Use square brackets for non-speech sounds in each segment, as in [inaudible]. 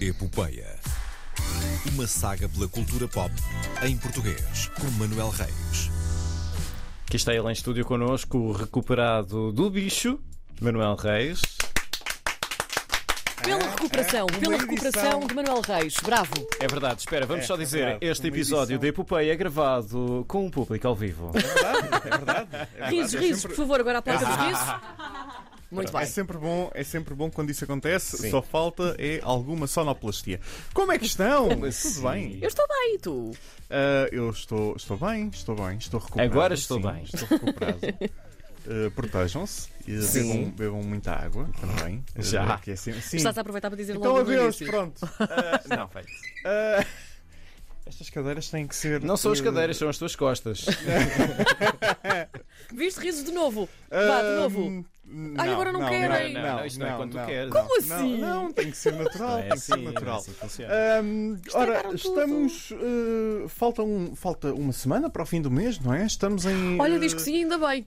Epopeia. Uma saga pela cultura pop em português, com Manuel Reis. Aqui está ele em estúdio connosco, o recuperado do bicho, Manuel Reis. Pela recuperação, pela recuperação de Manuel Reis. Bravo. É verdade, espera, vamos É só dizer, verdade, este uma episódio edição. da Epopeia é gravado com um público ao vivo. verdade, é verdade. É verdade. Risos, é risos, por sempre... favor, agora aplausos de riso. Muito É bem. sempre bom, é sempre bom quando isso acontece. Só falta é alguma sonoplastia. Como é que estão? assim? Tudo bem? Eu estou bem, e tu? Ah, eu estou, estou bem, estou bem, estou recuperado. Agora estou sim, bem. Estou recuperado. Ah, Protejam-se, e bebam, bebam muita água também. Já. Ah, que é sempre- sim. Estás a aproveitar para dizer Então logo no adeus, início. pronto. Ah, [laughs] não, Ah, estas cadeiras têm que ser. Não são as eh, cadeiras, são as tuas costas. Viste risos de novo? Vá, de novo. ah, Hum, Ai, agora não querem. Não, não, isto não é quando tu queres. É não. Como assim? Não, não, tem que ser natural, tem que ser natural. assim que funciona. Ahm, ora, tudo. estamos. eh, falta, um, falta uma semana para o fim do mês, não é? Estamos em. Olha, eh, diz que [laughs] sim, ainda bem.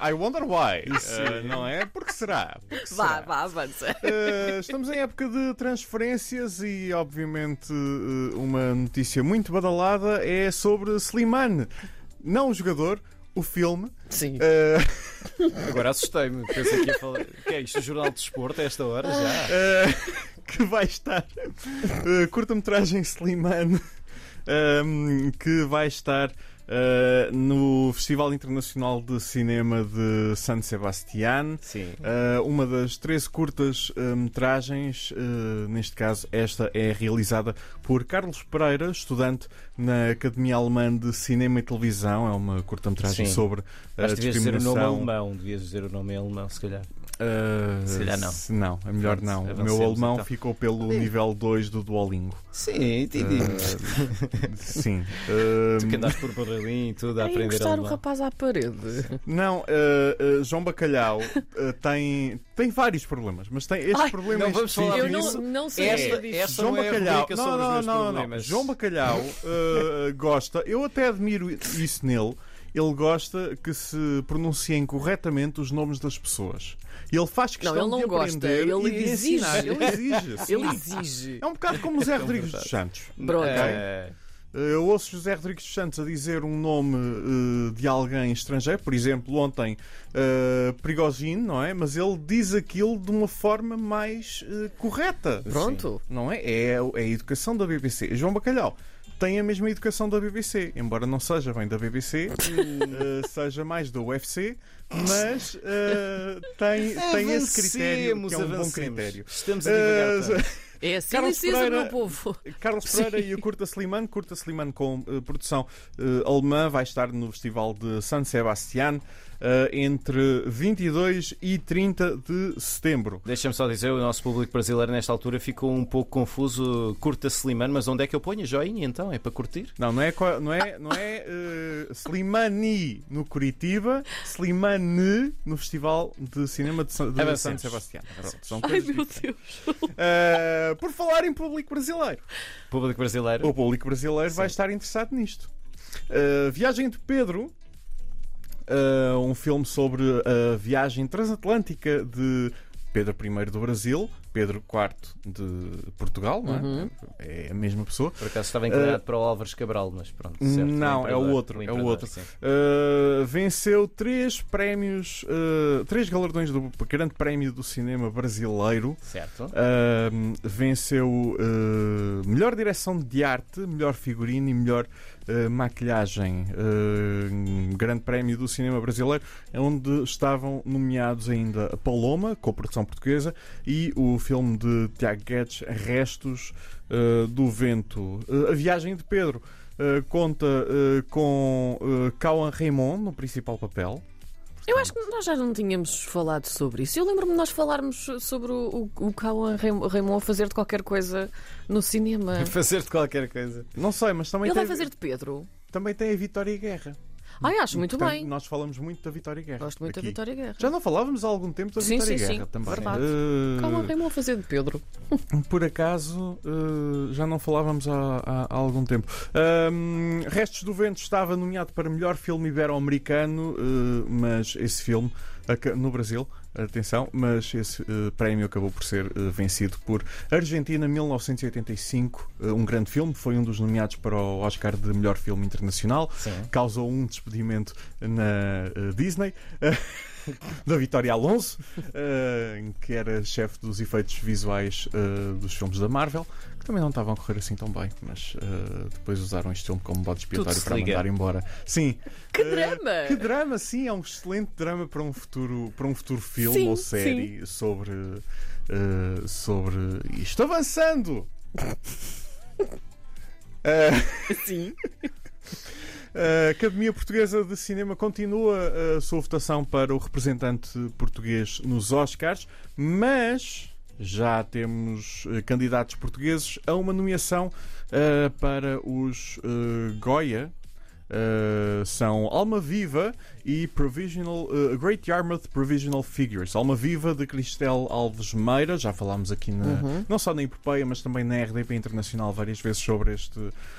I wonder why. Eh, não é? Porque será? Porque Vá, será? vá, avança. Eh, estamos em época de transferências e, obviamente, eh, uma notícia muito badalada é sobre Slimane. Não o jogador, o filme. Sim. Eh, Agora assustei-me, pensei que ia falar. Que é isto, o Jornal de Desporto, a esta hora já? Uh, [laughs] que vai estar uh, curta-metragem Slimane um, que vai estar uh, no Festival Internacional de Cinema de San Sebastián. Sim. Uh, uma das 13 curtas uh, metragens, uh, neste caso esta é realizada por Carlos Pereira, estudante na Academia Alemã de Cinema e Televisão. É uma curta-metragem Sim. sobre uh, Mas devias dizer o nome um discriminação. alemão, devias dizer o nome em alemão, se calhar. Uh, Se calhar não. se- Não, é melhor Pronto, não. O avancemos, meu alemão então. ficou pelo nível 2 do Duolingo. Ah, Sim, entendi. Sim. [laughs] Tu Uh, Eh, que andaste por Berlim e tudo a Ai, aprender encostar o alemão. rapaz à parede. não, uh, uh, João Bacalhau uh, tem, tem vários problemas, mas tem este Ai, problema não em vamos falar Eu específico. não, Isso- não sei. Esta, esta João não é a Bacalhau, rubrica não, sobre os não, meus não, não. problemas. João Bacalhau uh, gosta, eu até admiro isso nele. Ele gosta que se pronunciem corretamente os nomes das pessoas. Ele faz questão ele não de gosta, aprender ele e de exige, ensinar. ele- Ele exige. sim. Ele exige. [laughs] É um bocado como o Zé Rodrigues dos Santos. Eh, Pronto. É, Eu ouço José Rodrigues dos Santos a dizer um nome eh, de alguém estrangeiro, por exemplo, ontem eh, Prigogine, não é? Mas ele diz aquilo de uma forma mais eh, correta. Pronto. Não é? É, a- é a educação da BBC. João Bacalhau tem a mesma educação da BBC, embora não seja bem da [laughs] BBC, eh, seja mais da UFC, mas eh, [laughs] tem, tem esse critério, que é um bom avancemos. critério. Estamos a divagar. Eh, tanto. É assim, Carlos licença, Pereira- meu povo. Carlos Pereira e o Curta Slimane. Curta Slimane com eh, produção eh, alemã vai estar no Festival de San Sebastián eh, entre 22 e 30 de setembro. Deixa-me só dizer, o nosso público brasileiro nesta altura ficou um pouco confuso. Curta Slimane, mas onde é que eu ponho a joinha então? É para curtir? Não, não é, co- não é, não é eh, Slimani no Curitiba, Slimane no Festival de Cinema de San, de Avancemos. San Sebastián. Pronto, são Ai, coisas meu diferentes. Deus. Eh, por falar em público brasileiro. Público brasileiro. O público brasileiro vai estar interessado nisto. Uh, viagem de Pedro. uh, um filme sobre a viagem transatlântica de Pedro I do Brasil, Pedro IV de Portugal, não é? Uhum. É a mesma pessoa. Por acaso estava inclinado para o Álvares Cabral, mas pronto. certo, Eh, Não, o é o imperador, outro, é o imperador, outro. sim. Uh, venceu três prémios, uh, três galardões do Grande Prémio do Cinema Brasileiro. [laughs] Certo. Ahm, venceu eh, melhor direção de arte, melhor figurino e melhor eh, maquilhagem. Eh, um grande Prémio do Cinema Brasileiro, onde estavam nomeados ainda a Paloma, com produção portuguesa, e o filme de Tiago Guedes, Restos eh, do Vento. Eh, a Viagem de Pedro eh, conta eh, com eh, Cauan Raymond no principal papel. Eu acho que nós já não tínhamos falado sobre isso. Eu lembro-me de nós falarmos sobre o, o, o Cauã Raim- Raimond a fazer de qualquer coisa no cinema. Fazer de qualquer coisa. Não sei, mas também Ele vai tem, fazer de Pedro. também tem a Vitória e Guerra. Ai, acho muito Portanto, bem. Nós falamos muito da Vitória Guerra. Gosto muito aqui. da Vitória Guerra. Já não falávamos há algum tempo da Sim, Vitória sim, sim. Guerra também. Verdade. Eh, Calma, rimou a fazer de Pedro. Por acaso, eh, já não falávamos há, há- há algum tempo. Ahm, Restos do Vento estava nomeado para melhor filme ibero-americano, eh, mas esse filme, aca- no Brasil, atenção, mas esse eh, prémio acabou por ser eh, vencido por Argentina 1985, eh, um grande filme, foi um dos nomeados para o Oscar de melhor filme internacional Sim. causou um despedimento na eh, [laughs] Disney. Da Vitória Alonso, eh, que era chefe dos efeitos visuais eh, dos filmes da Marvel, que também não estavam a correr assim tão bem, mas eh, depois usaram este filme como bode expiatório se para liga. mandar embora. Sim. Que Eh, drama! Que drama, sim, é um excelente drama para um futuro, para um futuro filme Sim, ou série sobre, eh, sobre isto. Avançando! Eh, [laughs] Sim. A Academia Portuguesa de Cinema continua eh, a sua votação para o representante português nos Oscars, mas já temos eh, candidatos portugueses a uma nomeação eh, para os eh, Goya. Eh, são Alma Viva e Provisional eh, Great Yarmouth Provisional Figures. Alma Viva de Cristel Alves Meira, já falámos aqui na, não só na Epopeia, mas também na RDP Internacional várias vezes sobre este,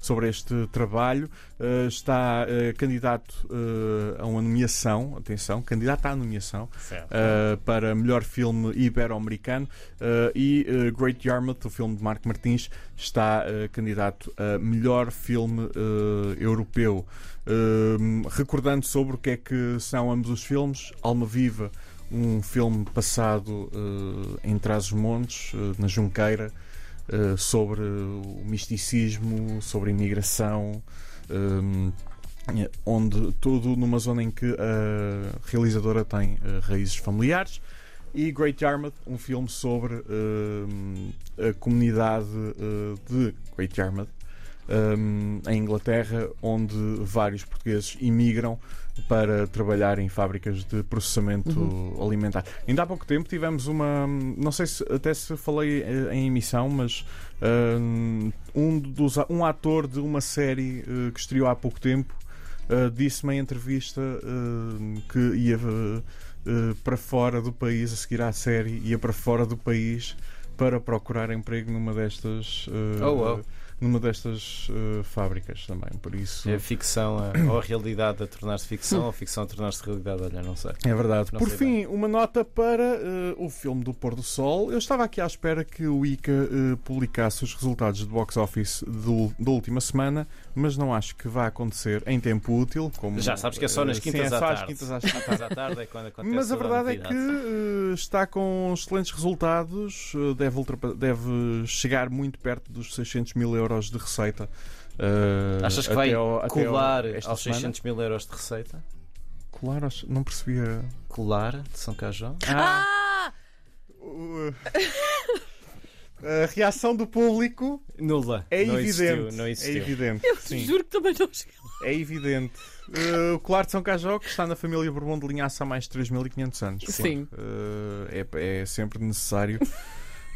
sobre este trabalho. Uh, está uh, candidato uh, a uma nomeação, atenção, candidato à nomeação Certo. uh, para melhor filme ibero-americano uh, e uh, Great Yarmouth, o filme de Marco Martins, está uh, candidato a melhor filme uh, europeu. Um, recordando sobre o que é que são ambos os filmes, Alma Viva, um filme passado uh, em Trás-os-Montes, uh, na Junqueira, uh, sobre o misticismo, sobre a imigração. um, onde tudo numa zona em que a realizadora tem eh, raízes familiares. E Great Yarmouth, um filme sobre eh, a comunidade eh, de Great Yarmouth. eh, em Inglaterra, onde vários portugueses imigram para trabalhar em fábricas de processamento Uhum. alimentar. Ainda há pouco tempo tivemos uma. Não sei se até se falei eh, em emissão, mas eh, um, dos, um ator de uma série eh, que estreou há pouco tempo Uh, disse-me em entrevista uh, que ia uh, uh, para fora do país a seguir à série, ia para fora do país para procurar emprego numa destas uh, Oh, wow. numa destas uh, fábricas também. Por isso É a ficção a- ou a realidade a tornar-se ficção ou a ficção a tornar-se realidade, olha, não sei. É verdade. Não Por sei fim, uma nota para eh, o filme do Pôr do Sol. Eu estava aqui à espera que o ICA eh, publicasse os resultados do box office do- da última semana, mas não acho que vá acontecer em tempo útil. Como, Já sabes que é só nas eh, quintas sim, é à só tarde. às [laughs] quintas às Quintas à tarde é quando [laughs] acontece Mas a toda verdade é que novidade. eh, está com excelentes resultados, eh, deve, ultrapa- deve chegar muito perto dos 600 mil euros de receita. eh, Achas que até vai ao- até ao- Colar esta aos semana. 600 mil euros de receita. Colar aos- Não percebia. Colar de São Cajó. Ah! Uh, a reação do público Nula. é não evidente. Existiu, não é existiu. evidente. Eu Sim, juro que também não cheguei. é evidente. Uh, o Colar de São Cajó, que está na família Bourbon de Linhaça há mais de 3.500 anos. claro. Sim. Uh, é, é sempre necessário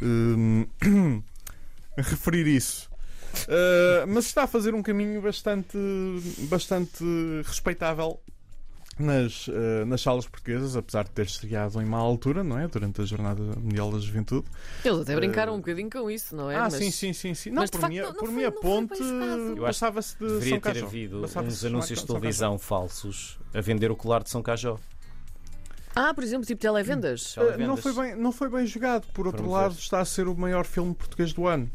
um, [clears throat] referir isso. Uh, mas está a fazer um caminho bastante, bastante respeitável nas, uh, nas salas portuguesas, apesar de ter estreado em má altura, não é? Durante a Jornada Mundial da Juventude. Eles até brincaram Eh, um bocadinho com isso, não é? Ah, Mas- sim, sim, sim, sim. Não, mas de por, facto mim, é- não- não por foi- mim a não foi bem ponte jogado. Eu acho passava-se de Deveria São ter Cajó. havido Passava-se uns de São Eh, anúncios de Cajó. televisão falsos a vender o colar de São Cajó. Ah, por exemplo, tipo televendas. Eh, Não foi, bem, não foi bem jogado, por outro Foram lado, verdes. está a ser o maior filme português do ano.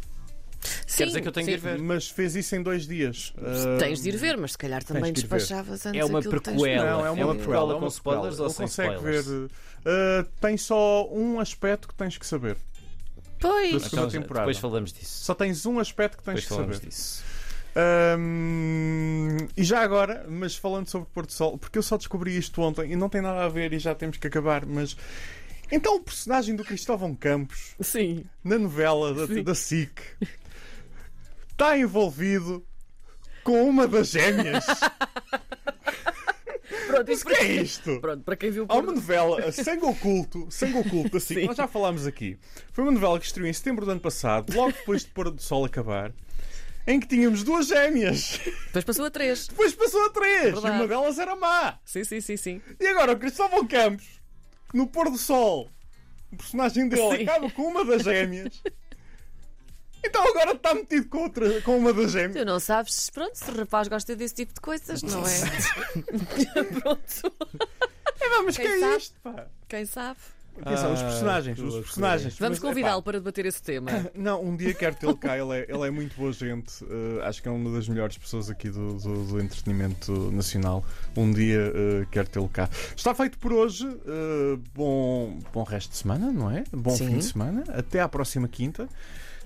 Sim, dizer que eu tenho sim. de ir ver. Mas fez isso em dois dias. Eh, Tens de ir ver, mas se calhar também de ir ver. despachavas antes É uma aquilo que tens- prequela. Não, é uma É uma prequela prequela, é com uma spoilers prequela. ou Ele sem consegue spoilers? ver. eh, eh, tem só um aspecto que tens que saber. Pois. Mas- segunda temporada. Então, Depois falamos disso. Só tens um aspecto que tens Depois que saber. falamos disso. Ahm, e já agora, mas falando sobre Porto Sol, porque eu só descobri isto ontem e não tem nada a ver e já temos que acabar, mas. Então o personagem do Cristóvão Campos, Sim. na novela da, Sim. da SIC, está envolvido com uma das gêmeas. [laughs] Pronto, Mas isso o que é para- isto? Pronto, para quem viu o Há pôr uma do- novela, a Sangue Oculto, Sangue Oculto, da SIC, Sim. nós já falámos aqui. Foi uma novela que estreou em setembro do ano passado, logo depois de Pôr do Sol acabar. em que tínhamos duas gêmeas. Depois passou a três. Depois passou a três. E Verdade. uma delas era má. Sim, sim, sim, sim. E agora o Cristóvão Campos, que no pôr do sol, o personagem dele Sim. acaba com uma das gêmeas. Então agora está metido com, outra, com uma das gêmeas. Tu não sabes, pronto, se o rapaz gosta desse tipo de coisas, não [laughs] é? pronto. É, vá, mas que Quem é sabe? isto, pá? Quem sabe? Atenção, os Ah, personagens, que os loucura. personagens. Vamos Mas, convidá-lo para debater esse tema. epá, Não, um dia quero tê-lo cá, ele é, ele é muito boa gente, eh, acho que é uma das melhores pessoas aqui do, do- do entretenimento nacional. Um dia eh, quero tê-lo cá. Está feito por hoje, eh, bom, bom resto de semana, não é? Bom Sim. fim de semana, até à próxima quinta.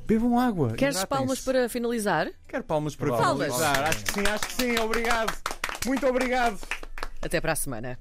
Bebam água. Queres hidratem-se. palmas para finalizar? Quero palmas para Palmas. finalizar. Acho que sim, acho que sim, obrigado. Muito obrigado. Até para a semana.